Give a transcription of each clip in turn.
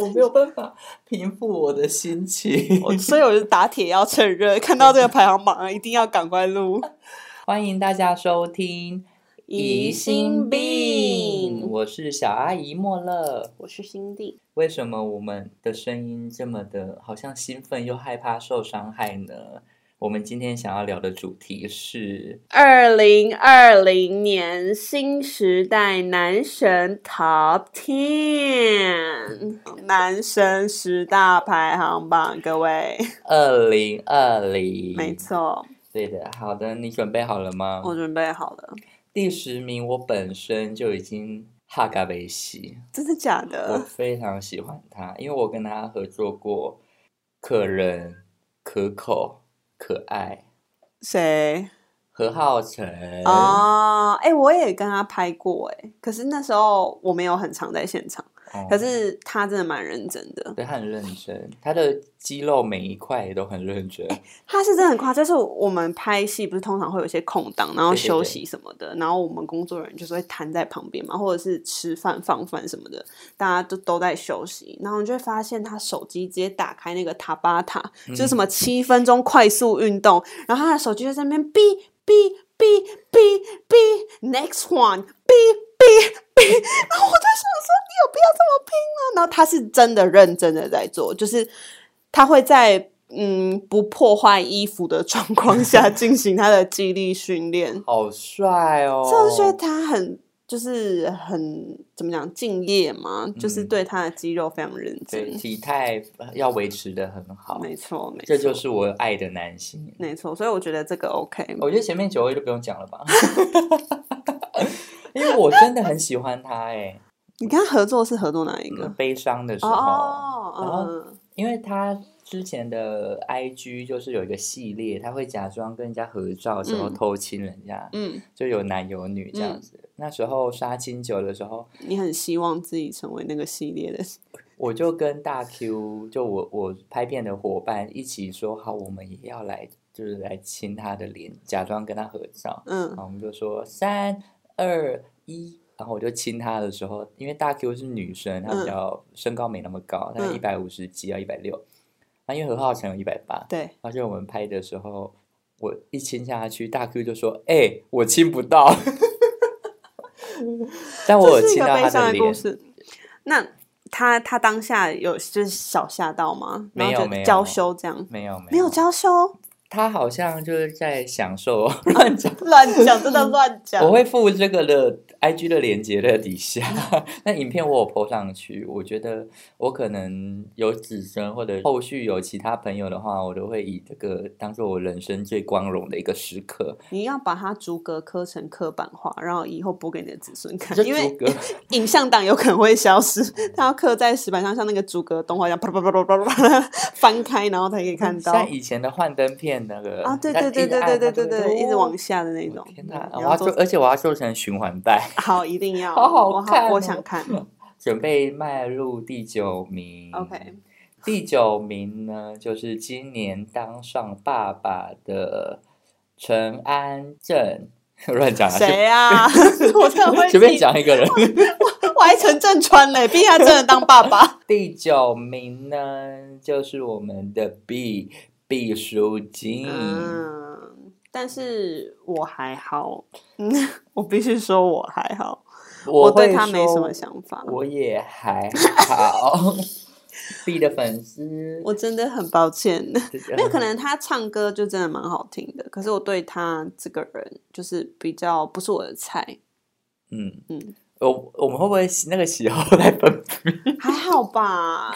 我没有办法平复我的心情。我所以我就打铁要趁热， 看到这个排行榜一定要赶快 录。欢迎大家收听《我是小阿姨莫乐。我是新弟，为什么我们的声音这么的，好像兴奋又害怕受伤害呢？我们今天想要聊的主题是二零二零年新时代男神 Top Ten，男神十大排行榜，各 位，二零二零，没，错，对的。好的，你准备好了吗？我准备好了，第十名，我本身就已经哈嘎维西，真的假我的？非常喜欢他，因为我跟他合作过，可人、可口、可爱，谁？何浩晨。哦，哎、我也跟他拍过哎、可是那时候我没有很常在现场，哦可是他真的蛮认真的，对他很认真，他的肌肉每一块也都很认真。他是真的很夸张。就是我们拍戏不是通常会有一些空档，然后对对对休息什么的，然后我们工作人员就是会瘫在旁边嘛，或者是吃饭放饭什么的，大家都都在休息，然后你就会发现他手机直接打开那个塔巴塔，嗯就是什么七分钟快速运动，然后他的手机就在那边哔哔哔哔哔，next one 哔。然后我就想说，你有必要这么拼吗？然后他是真的认真的在做，就是他会在嗯不破坏衣服的状况下进行他的肌力训练，好帅哦！所以我就觉得他很就是很怎么讲敬业嘛，就是嗯对他的肌肉非常认对真。体态要维持的很好，没错，没错，这就是我爱的男星。没错，所以我觉得这个 OK。我觉得前面九位就不用讲了吧， 因为我真的很喜欢他 哎、你跟他合作是合作哪一个？悲伤的时哦候，哦，然后嗯嗯因为他之前的 IG 就是有一个系列，他会假装跟人家合照之后嗯偷亲人家，嗯，就有男有女这样嗯子。那时候杀青酒的时候，你很希望自己成为那个系列的，我就跟大 Q，就我我拍片的伙伴一起说好，我们也要来，就是来亲他的脸，假装跟他合照。嗯然，后我们就说三二一，然后我就亲她的时候，因为大 Q 是女生，她比嗯较身高没那么高，大概嗯一百五十几到啊一百六，那因为何浩晨有一百八，对，而且我们拍的时候，我一亲下去，大 Q 就说：“哎、我亲不到。” 但我有这是一亲个到悲她伤的的故脸，事。那他他当下有就是小吓到吗？然没后有就没有娇羞这样，没有没没有娇羞， 她好像就是在享受乱讲。乱讲，真的乱 讲我会附这个的 IG 的链接在底下，嗯 那影片我有 po 上去。我觉得我可能有指针，或者后续有其他朋友的话，我都会以这个当做我人生最光荣的一个时刻。你要把它逐格刻成刻板化，然后以后播给你的子孙看这，因逐为格影像档有可能会消失， 它要刻在石板上，像那个逐格动画一样，啪啪啪啪啪啪啪翻开，然后才可以看到。像以前的幻灯片那个啊，对它一对对直对按对对它就对会对，一直哦往下的那种。天哪！嗯我你要要做，做而且我要做成循环带，好，一定 要，好好我看我哦想 看。准备迈入第九名。 OK 第九名呢，就是今年当上爸爸的陈安正， 乱讲啊，谁啊？ 我真的会 随随便记讲一个人。 我还陈振川嘞，毕竟他真的当 爸爸。第九名呢，就是我们的毕毕书尽。嗯，但是我还好，嗯，我必须说我还好，我我对会他没说什么想法，我也还好。 毕的粉丝，我真的很抱 歉。没没有可能他唱歌就真的蛮好听的，可是我对他这个人就是比较不是我的菜，嗯嗯嗯，我我们会不会那个喜好来 分 还好吧？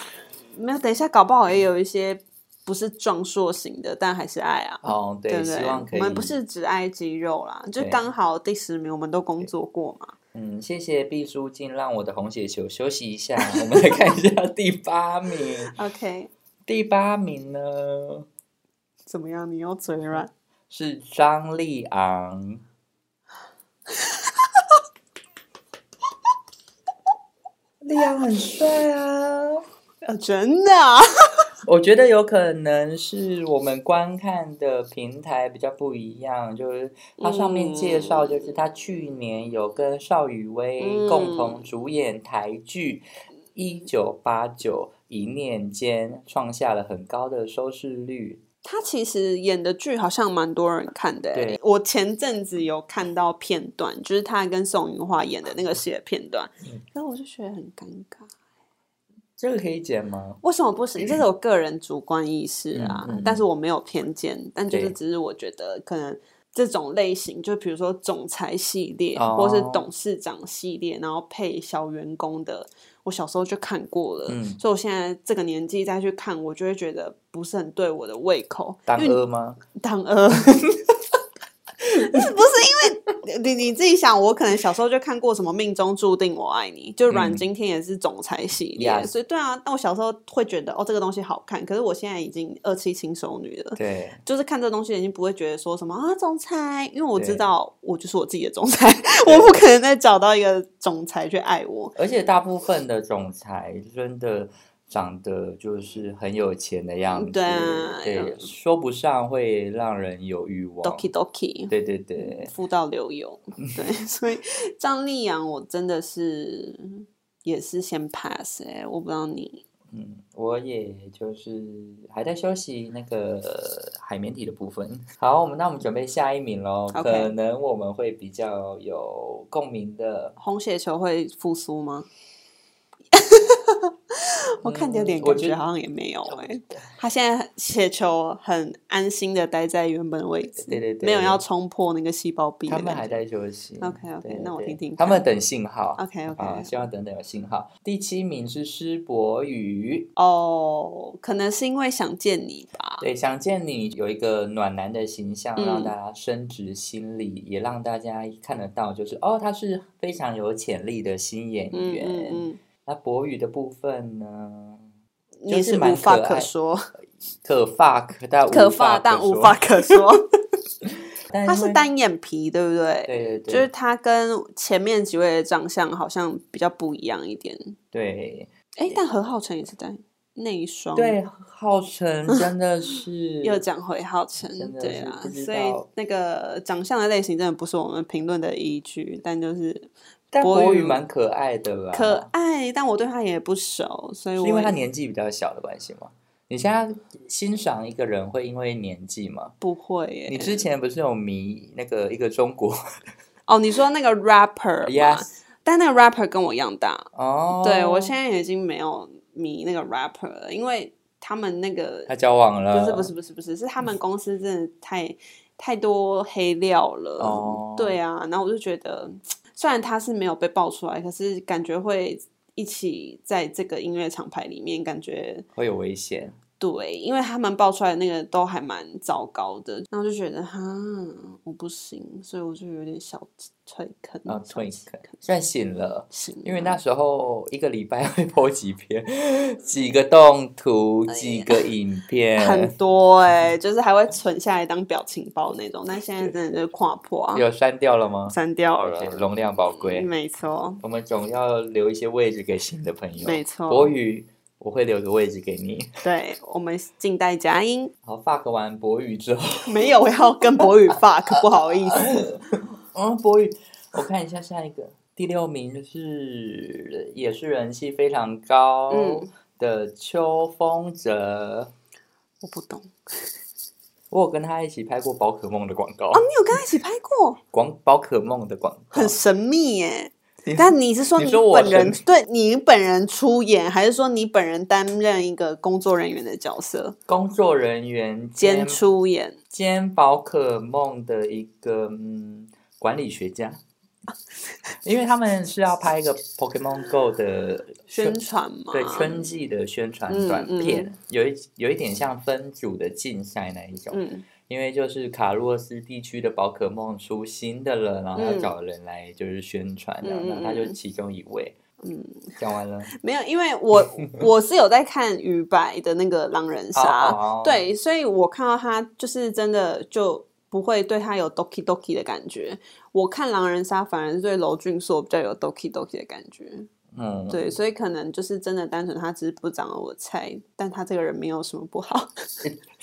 没有，等一下搞不好也有一些不是壮硕型的，但还是爱啊。哦， 对，对不希对？望可以。我们不是只爱肌肉啦，就对刚好第十名我们都工作过嘛。嗯，谢谢毕书尽，让我的红血球休息一下。我们来看一 下第八名， OK，第八名呢怎么样？你又嘴软？是张立昂。立昂很帅 啊！呃，真的、啊？我觉得有可能是我们观看的平台比较不一样，就是它上面介绍，就是他去年有跟邵雨薇嗯共同主演台剧《一九八九一念间创下了很高的收视率。 他其实演的剧好像蛮多人看的欸、对我前阵子有看到片段，就是他跟宋芸桦演的那个戏的片段，然后我就觉得很尴尬。这个可以剪吗？为什么不行？这是我个人主观意识啊，嗯嗯嗯但是我没有偏见，但就是对只是我觉得可能这种类型，就比如说总裁系列，哦或是董事长系列，然后配小员工的，我小时候就看过了，嗯，所以我现在这个年纪再去看，我就会觉得不是很对我的胃口。当因为阿吗？当 呃，不是因为 你你自己想，我可能小时候就看过什么《命中注定我爱你》，就阮嗯经天也是总裁系列， Yes 所以对啊，但我小时候会觉得哦这个东西好看，可是我现在已经二七轻熟女了。对，就是看这东西已经不会觉得说什么啊总裁，因为我知对道我就是我自己的总裁， 我不可能再找到一个总裁去爱我。而且大部分的总裁真的长得就是很有钱的样子，对啊对，说不上会让人有欲望。 Doki Doki，对对对，富到流油。 对，所以张丽阳我真的是也是先 pass 哎、我不知道你嗯，我也就是还在休息那个海绵体的部分。 好，我们那我们准备下一名喽 OK 可能我们会比较有共鸣的。红血球会复苏吗？ 我看你的脸，嗯我感觉觉得好像也没有哎、他现在血球很安心的待在原本的位置，对对对没有要冲破那个细胞壁的他感觉。们还在休息。 OK，OK，对那我对听听他看们等信号。 OK，OK 啊，希望等等有信号。第七名是施博宇，哦，可能是因为想见你吧。对，想见你有一个暖男的形象，让啊嗯大家升值心理，也让大家看得到，就是哦，他是非常有潜力的新演嗯员。嗯嗯，那博宇的部分呢，你就也是是蛮无话可爱可说， 可发可但无可发但说无话，可说。但他因是为单眼皮，对不对？对对对，就是他跟前面几位的长相好像比较不一样一点。对哎，但何浩晨也是在内双，，对，浩 辰真的是又讲回浩晨真，的对是啊不，知所道以那个长相的类型真的不是我们评论的依据，但就是但博博宇宇蛮可爱的啦，可爱，但我对他也不熟，所以哦是我因为他也年纪比较小的关系吗？你现在欣赏一个人会因为年纪吗？不会耶。你之前不是有迷那个一个中 国哦，你说那个 rapper 嘛，Yes 但那个 rapper 跟我一样大，哦？啊对我现在已经没有迷那个 rapper 了，因为他们那个他交往了，不是不是不是不是，是他嗯们公司真的太太多黑料了。哦对啊，然后我就觉得，虽然他是没有被爆出来，可是感觉会一起在这个音乐厂牌里面，感觉会有危险。对，因为他们爆出来的那个都还蛮糟糕的，然后就觉得哈，我不行，所以我就有点小退坑啊，退小坑，虽然醒了。行，因为那时候一个礼拜会播几篇，几个动图，几个影哎很片，多哎、就是还会存下来当表情包那种，但现在真的就是跨破啊，有删掉了吗？删掉了。嗯对容量宝贵，没错，我们总要留一些位置给新的朋友。没错国语我会留个位置给你。 对我们静待佳音，好，fuck 完博宇之后， 没有我要跟博宇 fuck，不好意思，嗯，博宇，我看一下下一个第六名就是也是人气非常高嗯的邱风泽，我不懂。我有跟他一起拍过宝可梦的广告哦，，你有跟他一起拍过，广宝可梦的广告很。神秘耶你。但你是说你你说我本人神对你本人出演，还是说你本人担任一个工作人员的角色工作人员兼兼出演？兼宝可梦的一个嗯管理学家，因为他们是要拍一个 Pokemon Go 的宣传嘛？对春季的宣传嗯短嗯片，有一有一点像分组的竞赛那一种，嗯，因为就是卡洛斯地区的宝可梦出新的了，然后要嗯找人来就是宣传，然后嗯嗯那他就嗯其中一位。嗯，讲完了。没有，因为我我是有在看于白的那个狼人杀， 哦，对，所以我看到他就是真的就不会对他有 doki doki 的感觉。我看狼人杀反而是对娄俊硕比较有 doki doki 的感觉。嗯，对，所以可能就是真的单纯他只是不长得我菜，但他这个人没有什么不好。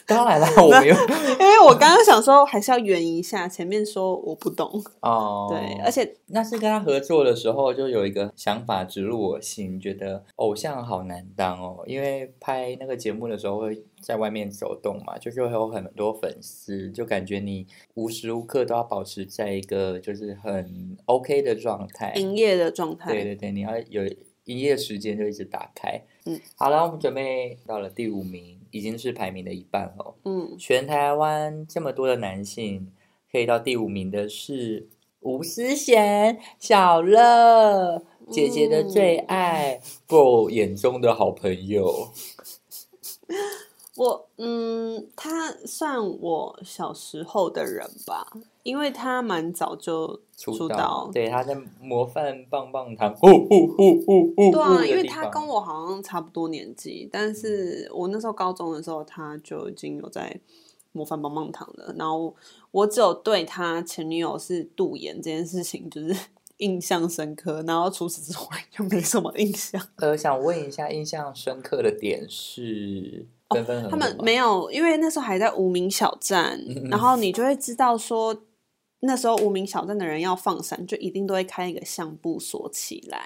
当然啦，我没有因为我刚刚想说还是要圆一下，前面说我不懂，哦。对，而且那是跟他合作的时候，就有一个想法植入我心，觉得偶像好难当哦，因为拍那个节目的时候会在外面走动嘛，就是会有很多粉丝，就感觉你无时无刻都要保持在一个就是很 OK 的状态。营业的状对态，对对，你要有营业时间就一直打开。嗯，好了，我们准备到了第五名，已经是排名的一半了。哦嗯，全台湾这么多的男性，可以到第五名的是吴思贤、小乐姐姐的最嗯爱、bro 眼中的好朋友。我嗯，他算我小时候的人吧，因为他蛮早就出道，对，他在模范棒棒糖，哦哦哦哦哦，对哦啊，的因为地他方嗯跟我好像差不多年纪，但是我那时候高中的时候，他就已经有在模范棒棒糖了。然后我只有对他前女友是杜妍这件事情就是 印象深刻，然后除此之外就没什么印象。呃，想问一下，印象深刻的点是纷纷、哦他们没有，因为那时候还在无名小站嗯嗯，然后你就会知道说，那时候无名小站的人要放闪，就一定都会开一个相簿锁起来，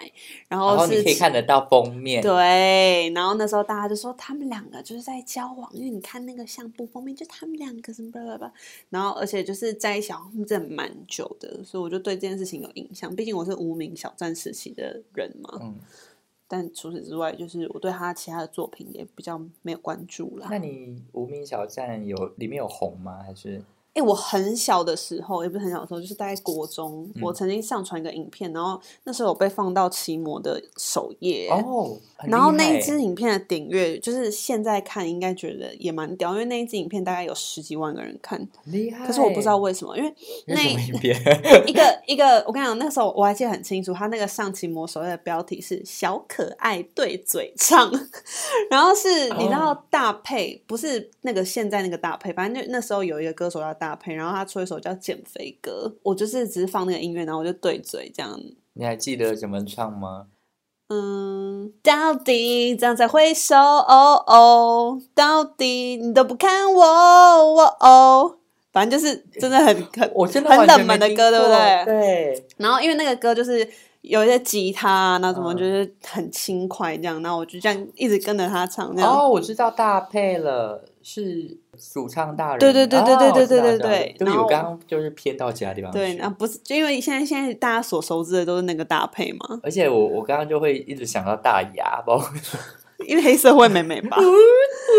然然后后是你可以看得到封面，对，然后那时候大家就说他们两个就是在交往，因为你看那个相簿封面，就他们两个什么巴拉巴拉，然后而且就是在一起好像真的蛮久的，所以我就对这件事情有印象。毕竟我是无名小站时期的人嘛，嗯，但除此之外，就是我对他其他的作品也比较没有关注啦。那你无名小站有里面有红吗？还是哎、我很小的时候，也不是很小的时候，就是大概国中，嗯我曾经上传一个影片，然后那时候有被放到奇摩的首页。哦？很然后厉那害一支影片的点阅，就是现在看应该觉得也蛮屌，因为那一支影片大概有十几万个人看，很厉害，可是我不知道为什 么，因为那什么那影片一个一个，我跟你讲，那时候我还记得很清楚，他那个上期魔手的标题是“小可爱对嘴唱”，然后是哦你知道大配不是那个现在那个大配，反正就那时候有一个歌手叫大配，然后他出一首叫《减肥歌》，我就是只是放那个音乐，然后我就对嘴这样，你还记得怎么唱吗？嗯，到底这样才挥手哦哦，到底你都不看我哦哦，反正就是真的很很我真的很完全冷门没的听歌，对不过对？对，然后因为那个歌就是有一些吉他，然后怎么嗯就是很轻快这样，然后我就这样一直跟着他唱那样。哦，我知道搭配了，是主唱大人，对对对对啊对我对知道对我知道对对不起，然我后刚刚就是偏到其他地方对，去那不是就因为现在现在大家所熟知的都是那个搭配嘛，而且我我刚刚就会一直想到大牙，包括因为黑社会美美吧。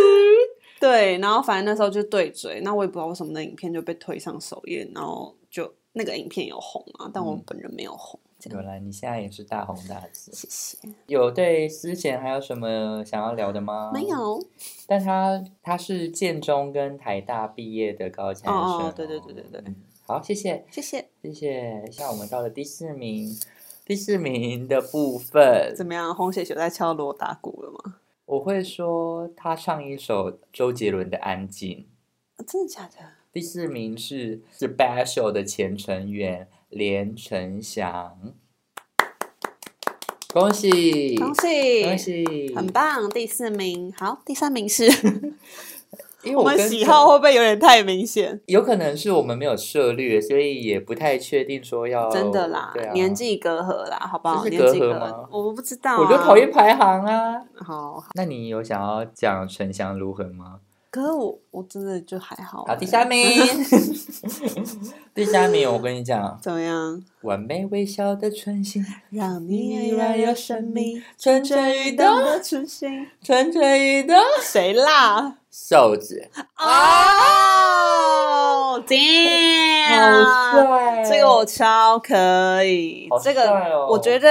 对，然后反正那时候就对嘴，那我也不知道为什么那影片就被推上首页，然后就那个影片有红啊，但我嗯本人没有红。这样原来你现在也是大红大紫。谢谢，有对思贤还有什么想要聊的吗？没。有但他他是建中跟台大毕业的高材生、哦哦对对对对对嗯好，谢谢谢谢。谢谢。现在我们到了第四名，第四名的部分，怎么样，红血球在敲锣打鼓了吗？我会说他唱一首周杰伦的《安静》。啊真的假的？第四名是 Special 的前成员连晨翔，恭喜恭喜恭喜，很！棒，第四名。好，第三名是因为哦我我们跟喜好会不会有点太明显？有可能是我们没有涉猎，所以也不太确定说要真的啦对啊，年。纪隔阂啦，好不好？这是年纪隔隔阂吗我不知道、啊，我就讨厌。排行啊！好，好那你有想要讲陈翔如何吗？可是我我真的就还好、好，第三，名， 第三名，我跟你讲，怎么样？完美微笑的唇 形，让你你依依然然有有生生命命，蠢蠢这欲一动，道的初心。蠢蠢欲动，谁啦？手指，哦、d a 好 m 帅！n 哎这个我超可以，好这帅个哦我觉得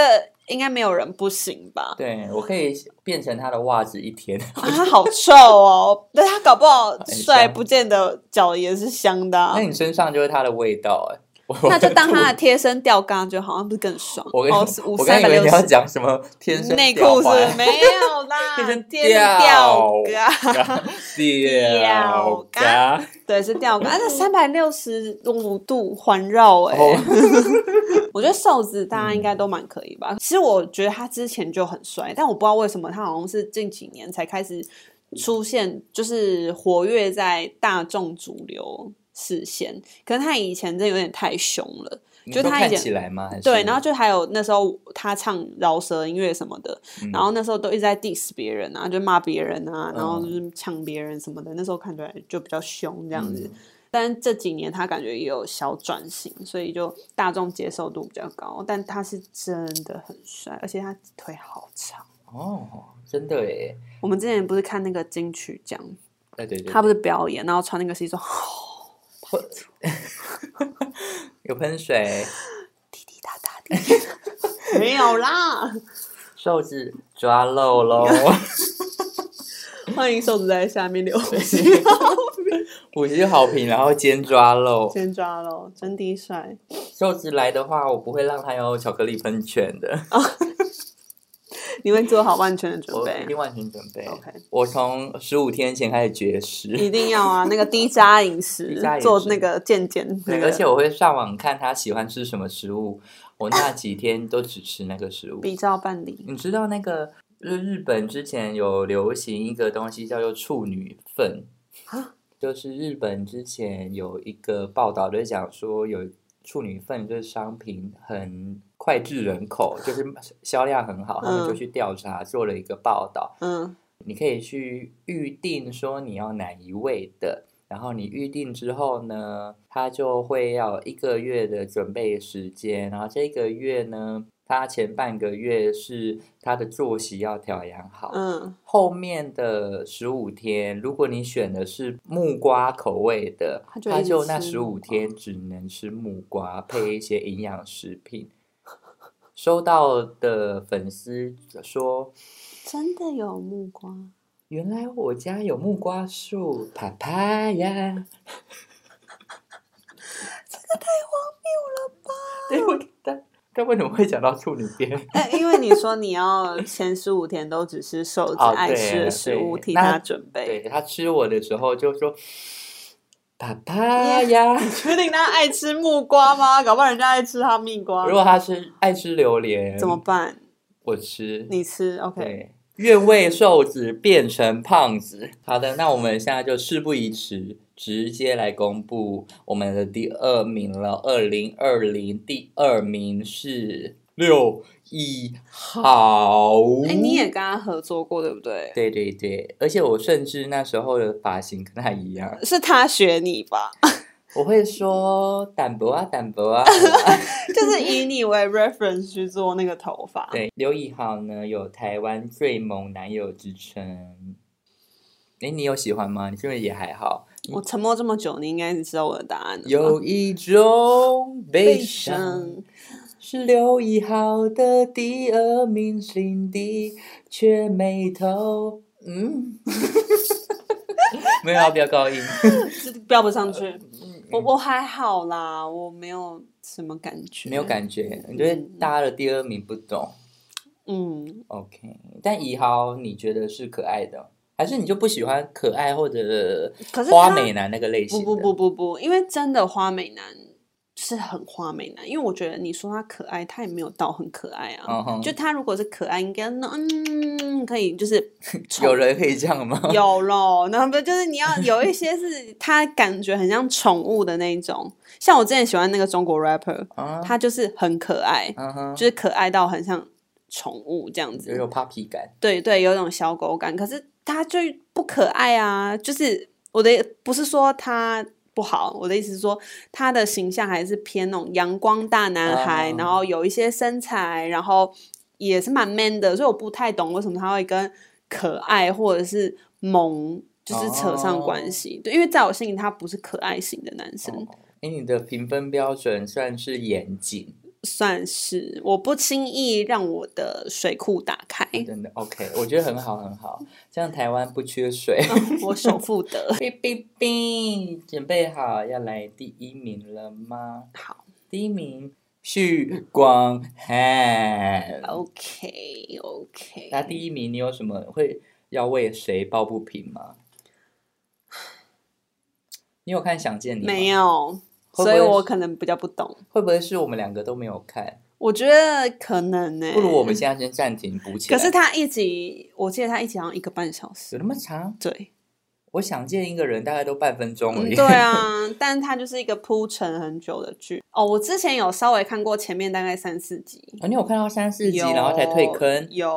应该没有人不行吧。对我可以变成他的袜子一天，啊，他好臭哦！但他搞不好很帅，香不见得脚也是香的啊、 那你身上就是他的味道哎。我那就 当他的贴身吊嘎就好，那不是更爽？我跟 哦，你五我刚三以百为六你要十讲什么天生内吊裤是环没有 啦，贴身贴身吊嘎， 吊嘎，对，是吊嘎。啊那三百六十五度环绕、欸， 哦，我觉得瘦子大家应该都蛮可以吧。其实我觉得他之前就很帅，但我不知道为什么他好像是近几年才开始出现，就是活跃在大众主流视线。可能他以前真有点太凶了，你就说他以看前起来吗？还是对，然后就还有那时候他唱饶舌音乐什么的，然后那时候都一直在 diss 别人啊，就骂别人啊，然后就是呛别人什么的。那时候看起来就比较凶这样子，但这几年他感觉也有小转型，所以就大众接受度比较高。但他是真的很帅，而且他腿好长。哦，真的耶，我们之前不是看那个金曲奖，哎对对，他不是表演，然后穿那个西装，有喷水，滴滴答答滴滴答答，没有啦。手指抓漏喽， 欢迎瘦子在下面留言，五星好评，然后尖抓 漏。先抓喽，真滴帅。瘦子来的话，我不会让他有巧克力喷泉的，你会 做好万全的准我一备定。完全准备。 OK 我从十五天前开始绝食，一定要啊，那个低渣饮 低食渣饮，食做那个健健那对， 而且个我会上网看他喜欢吃什么食物，我那几天都只吃那个食物。比照办理。你知道那个日日本之前有流行一个东西叫做处女粪啊，就是日本之前有一个报道就讲说有处女粪这个商品很脍炙人口，就是销量很好，他们就嗯去调查做了一个报道，嗯，你可以去预定说你要哪一位的，然后你预定之后呢，他就会要一个月的准备时间，然后这个月呢，他前半个月是他的作息要调养好，嗯，后面的十五天，如果你选的是木瓜口味的，他就一他直就那吃十五天只能吃木瓜，配一些营养食品。收到的粉丝说。真的有木瓜，原来我家有木瓜树，啪啪呀！ 这个太荒谬了吧！ 对，我但但为什么会讲到处女边？ 哎，因为你说你要前十五天都只吃瘦子哦爱吃对的食物，对替那他准备。对他吃我的时候就说啪啪 呀。确定他爱吃木瓜吗？搞不好人家爱吃哈密瓜如，果他吃爱吃榴莲，怎么？办？我吃你吃 OK？对。愿为瘦子变成胖子。好的，那我们现在就事不宜迟，直接来公布我们的第二名了。二零二零第二名是六一豪。哎，你也跟他合作过对不对？对对对，而且我甚至那时候的发型跟他一样，是他学你吧？ 我会说淡薄啊淡薄啊。就是以你为 reference 去做那个头发。对，刘以豪呢有台湾最萌男友之称。哎，你有喜欢吗？你是不是也还好？我沉默这么久，你应该是知道我的答案了吧。有一种悲啊悲伤伤，是刘以豪的第二名，心底却眉头。 嗯，没有要飙高音。标不上呃去。嗯我我还好啦，我没有什么感觉，没有。感觉，你觉得大家的第二名不懂嗯， ？OK，但以豪你觉得是可爱的，还是你就不喜欢可爱或者可是花他美男那个类型不的？不不不不，因为真的花美男是很花美男，因为我觉得你说他可爱，他也没有到很可爱啊。嗯哼就他如果是可爱，应该那嗯可以， 就是有人可以这样吗？有咯，那不就是你要有一些是他感觉很像宠物的那一种，像我之前喜欢那个中国 rapper，啊，他就是很可爱，嗯哼，就是可爱到很像宠物这样有子。有 puppy 感。对对，有一种小狗感，可是它就不可爱啊。就是我的不是说它不好，我的意思是说它的形象还是偏那种阳光大男孩，啊然后有一些身材，然后也是蛮 man 的，所以我不太懂为什么他会跟可爱或者是萌就是扯上哦关系。对，因为在我心里他不是可爱型的男生，哎，你的评分标准算是严谨，算是我不轻易让我的水库打开，真的 OK，我觉得很好很好，这样台湾不缺 水。我手负得 哔哔哔，准备好要来第一名了吗？好。第一名是广汉。 OK OK， 那第一名你有什么会要为谁抱不平吗？你有看《想见你》吗？没有，会不所以会我是可能比较不懂。会不会是我们两个都没有看？我觉得可能呢、不如我们现在先暂停补起可来。是他一集，我记得他一集好像一个半小时。有那么长？ 对，我想见一个人大概都半分钟而嗯，已。对 啊， 但它就是一个铺陈很久的剧哦。我之前有稍微看过前面大概三四集，啊，你有看到三四集，有然后才退坑？有，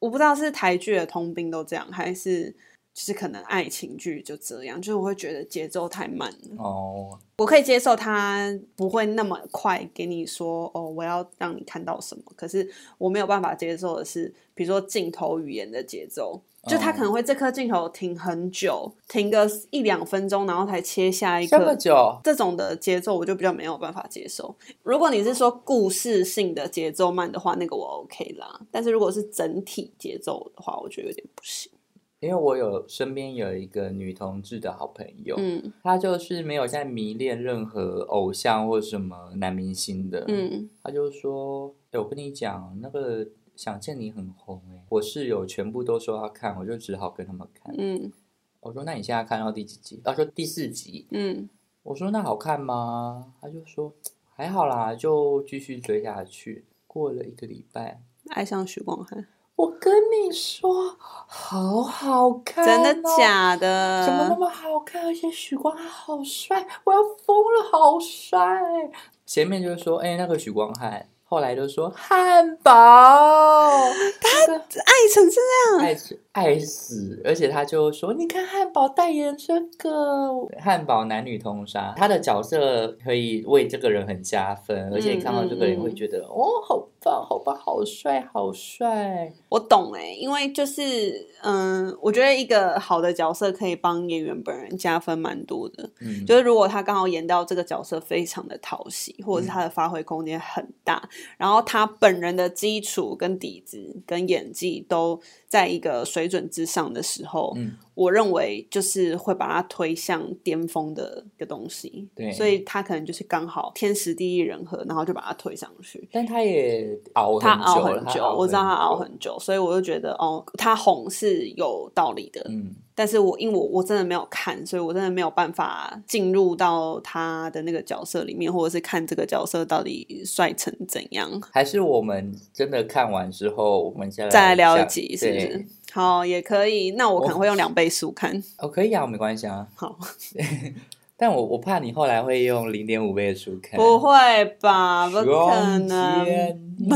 我不知道是台剧的通病都这样，还是就是可能爱情剧就这样，就是我会觉得节奏太慢了。哦，我可以接受它不会那么快给你说哦，我要让你看到什么。可是我没有办法接受的是，比如说镜头语言的节奏，就它可哦能会这颗镜头停很久，停个一两分钟，然后才切下一这么颗。久，这种的节奏我就比较没有办法接受。如果你是说故事性的节奏慢的话，那个我 OK 啦。但是如果是整体节奏的话，我觉得有点不行。因为我有身边有一个女同志的好朋友，嗯她就是没有在迷恋任何偶像或什么男明星的，，嗯，她就说：“哎、我跟你讲，那个《想见你》很红、欸，哎，我室友全部都说要看，我就只好跟他们看。嗯我说：“那你现在看到第几集？”她说：“第四集。”嗯我说那好看吗？他就说还好啦，就继续追下去。过了一个礼拜，爱上许光汉，我跟你说，好好看、哦真的？假的？怎么那么好看？而且许光汉好帅，我要疯了，好帅！前面就是说，哎、那个许光汉，后来就说汉堡，他爱成这样？爱死爱死，而且他就说：“你看汉堡代言这个汉堡男女通杀，他的角色可以为这个人很加分，而且嗯你看到这个人会觉得、哦，好棒，好棒，好帅，好帅。我懂哎、因为就是嗯，我觉得一个好的角色可以帮演员本人加分蛮多的。”嗯，就是如果他刚好演到这个角色非常的讨喜，或者是他的发挥空间很大，然后他本人的基础跟底子跟演技都在一个水准之上的时候，嗯我认为就是会把他推向巅峰的一个东西。对所以他可能就是刚好天时地利人和，然后就把他推上去。但他也熬他久熬了，很久，我知道他熬很久，所以我就觉得哦，他红是有道理的，嗯，但是我因为我我真的没有看，所以我真的没有办法进入到他的那个角色里面，或者是看这个角色到底帅成怎样，还是我们真的看完之后，我们再来再来聊一讲集是不？是对？哦好，也可以。那我可能我会用两倍速看。哦，可以啊，没关系啊。好，但我我怕你后来会用零点五倍的书看， 不会吧？不可中能。间你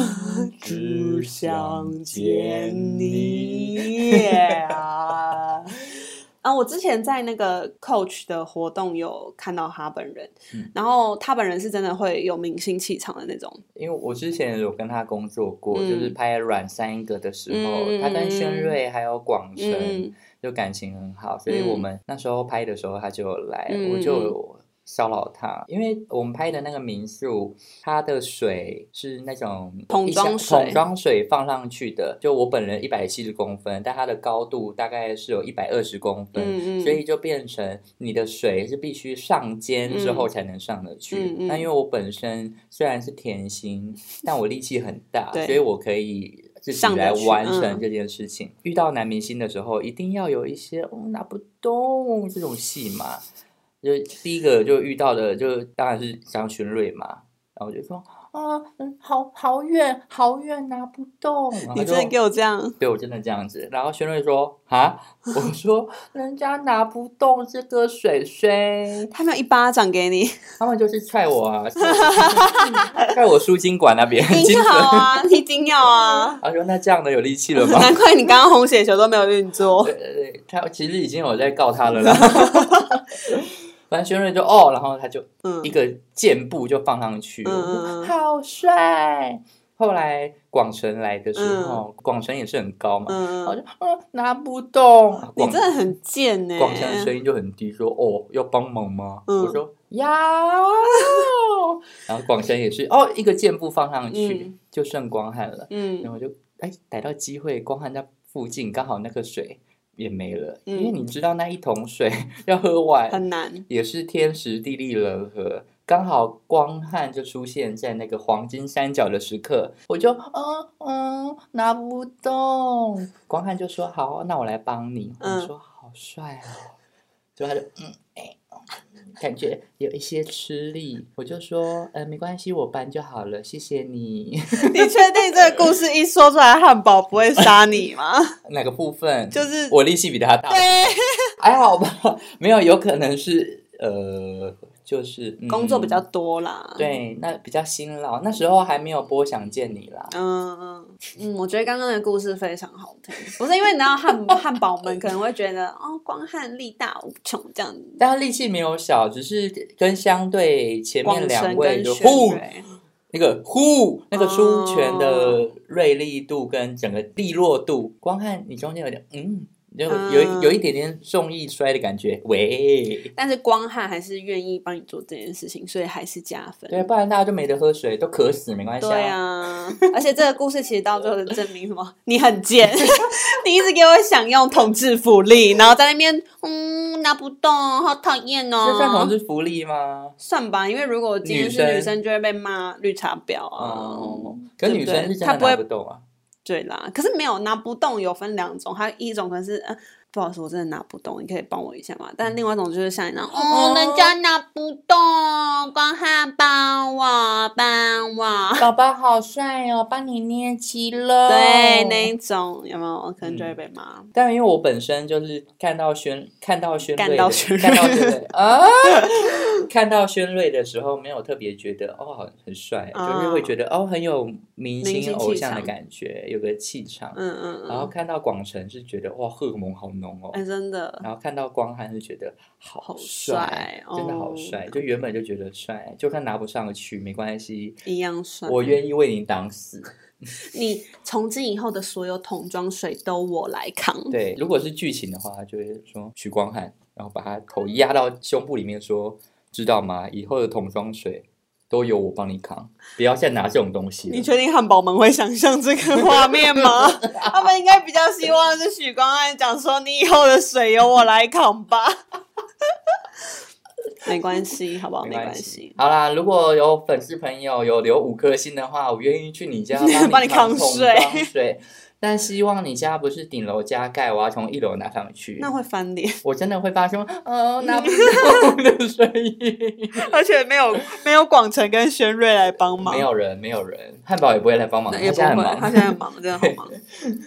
只想见你。 啊！啊，我之前在那个 Coach 的活动有看到他本人，嗯然后他本人是真的会有明星气场的那种。因为我之前有跟他工作过，嗯就是拍《软三个》的时候，嗯他跟轩瑞还有广成、嗯就感情很好，所以我们那时候拍的时候他就有来，嗯我就有骚扰他，因为我们拍的那个民宿，它的水是那种桶一箱装水桶装水放上去的，就我本人一百七十公分，但它的高度大概是有一百二十公分，嗯嗯所以就变成你的水是必须上肩之后才能上得去嗯。嗯那因为我本身虽然是甜心，但我力气很大，对所以我可以自己上得来去完嗯成这件事情。遇到男明星的时候，一定要有一些我、哦、拿不动这种戏嘛。就第一个就遇到的，就当然是张勋瑞嘛，然后我就说啊，嗯，好好远，好远，拿不动。然后你就真的给我这样？对我真的这样子。然后轩瑞说啊，我说人家拿不动这个水水， 他没有一巴掌给 你，他们就是踹我啊，踹我输精 管那边，一精定子。好啊，一定要 啊！ 他说那这样的有力气了吗？难怪你刚刚红血球都没有运作 对。对对，他其实已经有在告他了啦。反正轩瑞就哦，然后他就嗯一，个箭步就放上去，嗯我说嗯嗯好帅。后来广成来的时候，广成也是很高嘛，我嗯，就嗯拿不动。你广真的很贱呢、广成的声音就很低，说哦要帮忙吗？嗯我说要。啊 然后广成也是哦一个箭步放上去，嗯就剩光汉了。然嗯后我就哎逮到机会，光汉在附近，刚好那个水也没了，嗯因为你知道那一桶水 要喝完，很 难。也是天时地利人和，刚好光汉就出现在那个黄金三角的时刻，我就嗯嗯拿不动，光汉就说好，那我来帮你，嗯我说好帅哦，就他就嗯哎、嗯感觉有一些吃力，我就说，呃，没关系，我搬就好了，谢谢你。你确定这个故事一说出来，汉堡不会杀你吗？ 哪个部分？就是我力气比他大，对， 还好吧？没有，有可能是呃，就是、嗯工作比较多啦。，对，那比较辛劳，那时候还没有播《想见你》啦。嗯嗯嗯，我觉得刚刚的故事非常好听，不是因为你知道汉 汉堡们可能会觉得哦，光汉力大无穷这样子。但他力气没有小，只是跟相对前广面两神位跟就轩呼芮，那个呼那个出拳的哦锐利度跟整个利落度，光看你中间有点嗯，有有一嗯有一点点重易摔的感觉，喂，但是光汉还是愿意帮你做这件事情，所以还是加分。对，不然大家就没得喝水，都渴死没关系对。啊， 而且这个故事其实到最后是证明什么？ 你很贱，你一直给我享用统治福利，然后在那边嗯拿不动，好讨厌哦。这算同志福利吗？算吧，因为如果今天女是生女生，就会被骂绿茶婊啊。哦，可女生是真的拿对不对不动啊。对啦，可是没有拿不动，有分两种，还有一种可能是，呃，不好意思，我真的拿不动，你可以帮我一下吗？但另外一种就是像你那样，哦哦，人家拿不动，光汉帮我帮我， 宝宝好帅哦，帮你捏肌肉。 对那一种有没有可能就会被骂？但因为我本身就是看到轩看到轩干瑞到的轩看到瑞轩瑞 啊，看到轩瑞的时候，没有特别觉得哦很很帅，就是会觉得哦很有明明星星偶气像的场感觉，有个气场。嗯嗯然后嗯，看到广成是觉得哇荷尔蒙好浓哦，哎、真的然后看到光汉是觉得好好帅帅，真的好哦帅。就原本就觉得帅，就算拿不上去没关系，一样帅。我愿意为你挡 死。你从今以后的所有桶装水都我来扛。对，如果是剧情的话，他就会说许光汉，然后把他头压到胸部里面说，知道吗？以后的桶装水都由我帮你扛，不要再拿这种东西了你。确定汉堡们会想象这个画面 吗？他们应该比较希望是许光汉讲说：“你以后的水由我来扛吧。” 没关系，好不好？没关系系，，好啦，如果有粉丝朋友有留五颗星的话，我愿意去你家 帮你你扛扛桶水装水。但希望你家不是顶楼加盖，我要从一楼拿上去。那会翻脸，我真的会发出哦拿不动的声音。 而且没有没有广成跟轩瑞来帮忙，没有人，没有人，汉堡也不会来帮忙，他现也不在很会，忙他。现在很忙，真的好忙。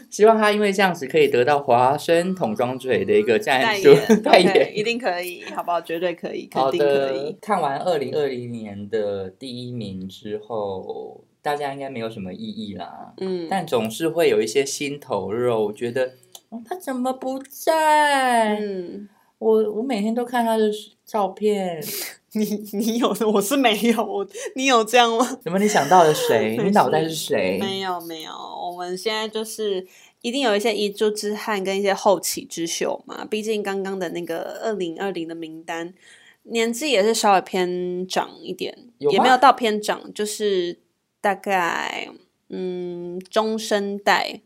希望他因为这样子可以得到华生桶装水的一个赞嗯 代助言，哎代 OK，言。一定可以，好不好？绝对可以，肯好定可以的。，看完二零二零年的第一名之后，大家应该没有什么异议啦，嗯，但总是会有一些心头肉，觉得、哦、他怎么不在？嗯，我我每天都看他的照片， 你你有的我是没有，我你有这样吗？怎么你想到了 谁？没你脑袋事是谁？没有没有，我们现在就是一定有一些遗珠之憾跟一些后起之秀嘛。毕竟刚刚的那个二零二零的名单，年纪也是稍微偏长一点，有也吗没有到偏长，就是大概嗯中生代，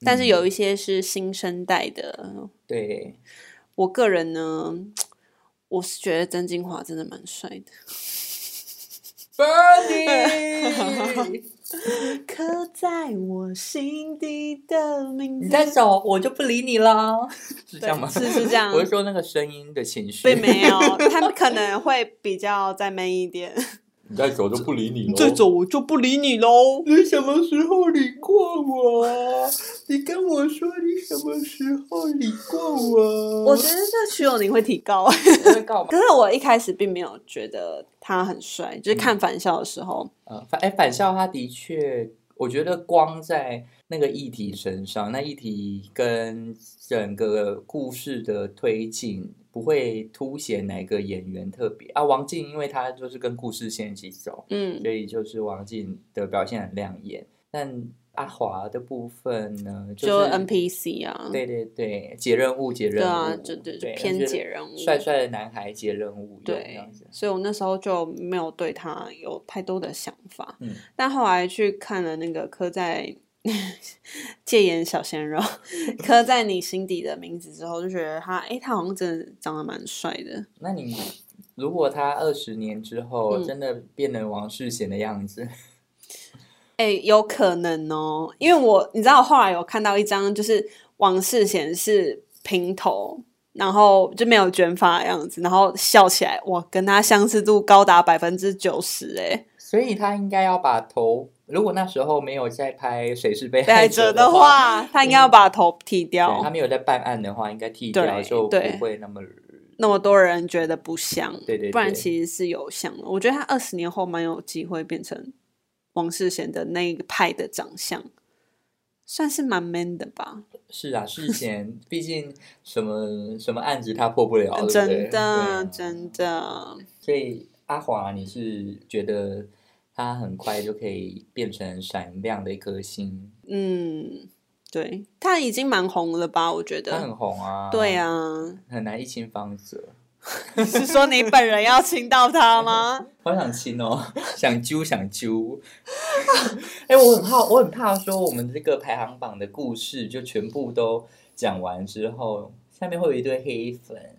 但是嗯有一些是新生代的。对， 我个人呢，我是觉得曾金华真的蛮帅的。 Bernie，刻在我心底的名字。你再走我就不理你了， 是这样吗？对是是这样我是说那个声音的情绪。并没有，他可能会比较再闷一 点。你再走就不理你了。我就不理你喽。你什么时候理过我？你跟我说你什么时候理过我？我觉得这徐永宁会提高， 得会告白。可是我一开始并没有觉得他很帅，就是看返校的时候，呃，反哎反校他的确，我觉得光在那个议题身上，那议题跟整个故事的推进。不会凸显哪个演员特别啊？王静，因为他就是跟故事线一起走，嗯，所以就是王静的表现很亮眼。但阿华的部分呢，就是 NPC 啊，对对对，解任务解任务，对啊，就对，就偏解任务就是，帅帅的男孩解任务，这对样子，所以我那时候就没有对他有太多的想法，嗯，但后来去看了那个刻在戒烟小鲜肉 刻在你心底的名字之后，就觉得他，诶，他好像真的长得蛮帅的。那你如果他二十年之后嗯真的变成王世贤的样子， 诶，哎有可能哦，因为我你知道，我后来有看到一张，就是王世贤是平头，然后就没有卷发的样子，然后笑起来，哇，跟他相似度高达百分之九十哎，所以他应该要把头，如果那时候没有在拍《谁是被被害者》者的话，话，他应该要把头剃掉嗯对，他没有在办案的话，应该剃掉对就不对会那么。那么多人觉得不像，对对对不然其实是有像的。我觉得他二十年后蛮有机会变成王世贤的那一个派的长相，算是蛮 man 的吧。是啊，事前毕竟什么什么案子他破不了，对不对真对啊的，真的，所以阿华，你是觉得他很快就可以变成闪亮的一颗星？嗯，对，他已经蛮红了吧？我觉他得，很红啊，对，啊，很难一亲芳泽。是说你本人要亲到他吗？好想亲哦， 想揪想揪。 哎、我很好，我很怕说我们这个排行榜的故事就全部都讲完之后，下面会有一堆黑粉。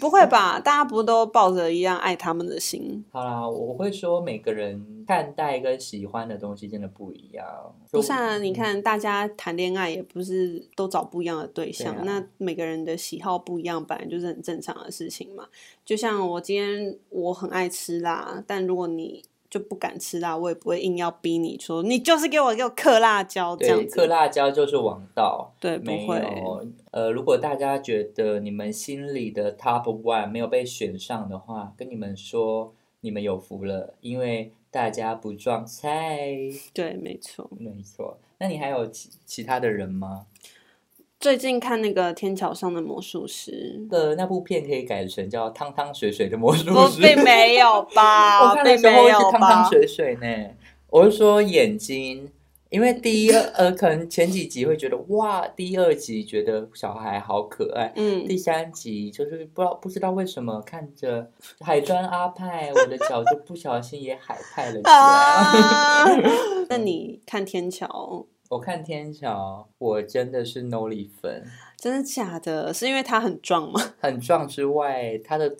不会吧？大家不都抱着一样爱他们的心？好啦，我会说每个人看待跟喜欢的东西真的不一样。不是啊，嗯你看大家谈恋爱也不是都找不一样的对象，对啊那每个人的喜好不一样，本来就是很正常的事情嘛。就像我今天我很爱吃辣，但如果你就不敢吃辣，我也不会硬要逼你说你就是给我给我嗑辣椒这对样嗑子，辣椒就是王道。对，不没会。有，呃，如果大家觉得你们心里的 top one 没有被选上的话，跟你们说，你们有福了，因为大家不撞菜。对，没错。没错，那你还有其其他的人吗？最近看那个《天桥上的魔术师》，呃，那部片可以改成叫《汤汤水水的魔术我师》。并哦没有 我吧，看的啊并时没候是有汤吧汤。水水呢。我是说眼睛，因为第一呃，可能前几集会觉得哇，第二集觉得小孩好可爱，嗯，第三集就是不知道不知道为什么看着海砖阿派，我的脚就不小心也海派了起来。啊， 那你看天桥 我看天桥，我真的是 no 力粉，真的假的？是因为他很壮吗？很壮之外，他的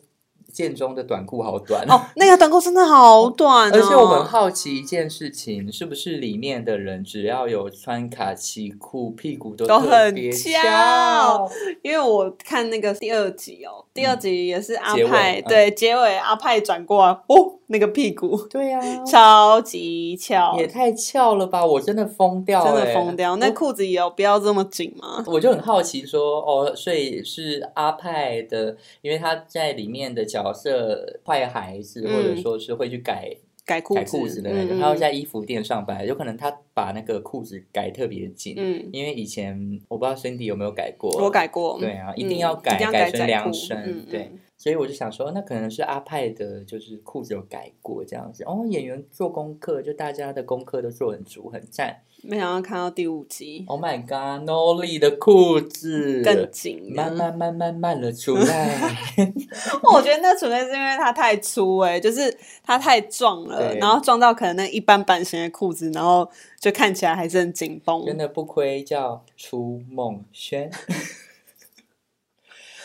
建中的短裤好短哦，那个短裤真的好短、哦，而且我很好奇一件事情，是不是里面的人只要有穿卡其裤，屁股都都特很别翘？因为我看那个第二集哦，第二集也是阿嗯结尾派，嗯对，结尾阿派转过来，哦，那个屁股对呀、超级翘，也太翘了吧！我真的疯掉、欸，真的疯掉。那裤子也有必要这么紧吗？我就很好奇说，哦，所以是阿派的，因为他在里面的角色坏孩子，嗯或者说是会去改改裤改裤子的那个，嗯他会在衣服店上班，有可能他把那个裤子改特别紧，嗯，因为以前我不知道 Cindy 有没有改过，我改过，对啊嗯一定要改一定要改改成窄量裤身嗯对嗯所以我就想说，那可能是阿派的，就是裤子有改过这样子。哦，演员做功课，就大家的功课都做很足，很赞。没想到看到第五集 Oh my god，Nolly 的裤子更紧，嗯慢慢慢慢慢了出来。 哦我觉得那纯粹是因为它太粗哎、就是它太壮了，对然后壮到可能那一般版型的裤子，然后就看起来还是很紧绷。真的不亏，叫初梦轩。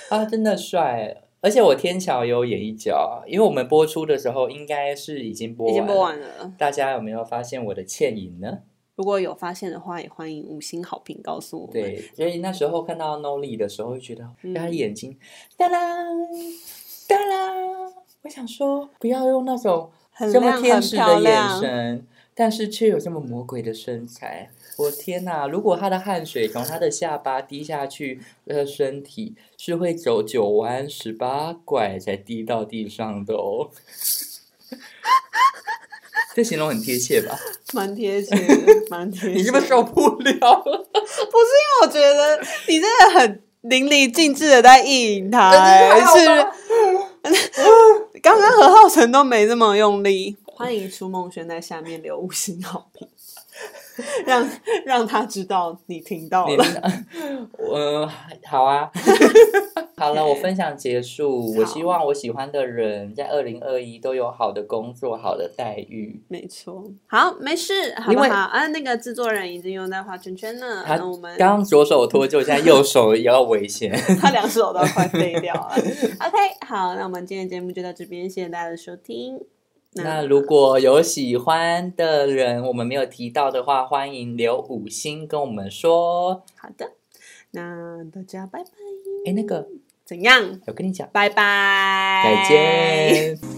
啊，真的帅！而且我天桥有演一角，因为我们播出的时候应该是已经播完已经播了完了，大家有没有发现我的倩影呢？如果有发现的话，也欢迎五星好评告诉我们。对，所以那时候看到 Nolly 的时候，就觉得嗯他眼睛哒啦哒啦，我想说不要用那种很这么亮，天很使漂的眼亮。神，但是却有这么魔鬼的身材。我天哪！如果他的汗水从他的下巴滴下去，他的身体是会走九弯十八拐才滴到地上的哦。 这形容很贴切 吧？蛮贴 切的，蛮贴切。你是不是受不了了？我觉得你真的很淋漓尽致的在意淫他、但 欸，是还好吧是。刚刚何浩晨都没这么用力。欢迎初梦轩在下面留五星好评， 让让他知道你听到你了。 我、好啊， 好了，我分享结束。我希望我喜欢的人在二零二一都有好的工作、好的待遇。没错，好，没事，好因不为好？啊，那个制作人已经用在画圈圈了，他那我们刚刚左手脱臼，现在右手也要危险。 他两手都快废掉 了。OK，好，那我们今天的节目就到这边，谢谢大家的收听。那如果有喜欢的人，我们没有提到的话，欢迎留五星跟我们说。好的，那大家拜拜。哎，那个怎样？我跟你讲，拜拜，再见。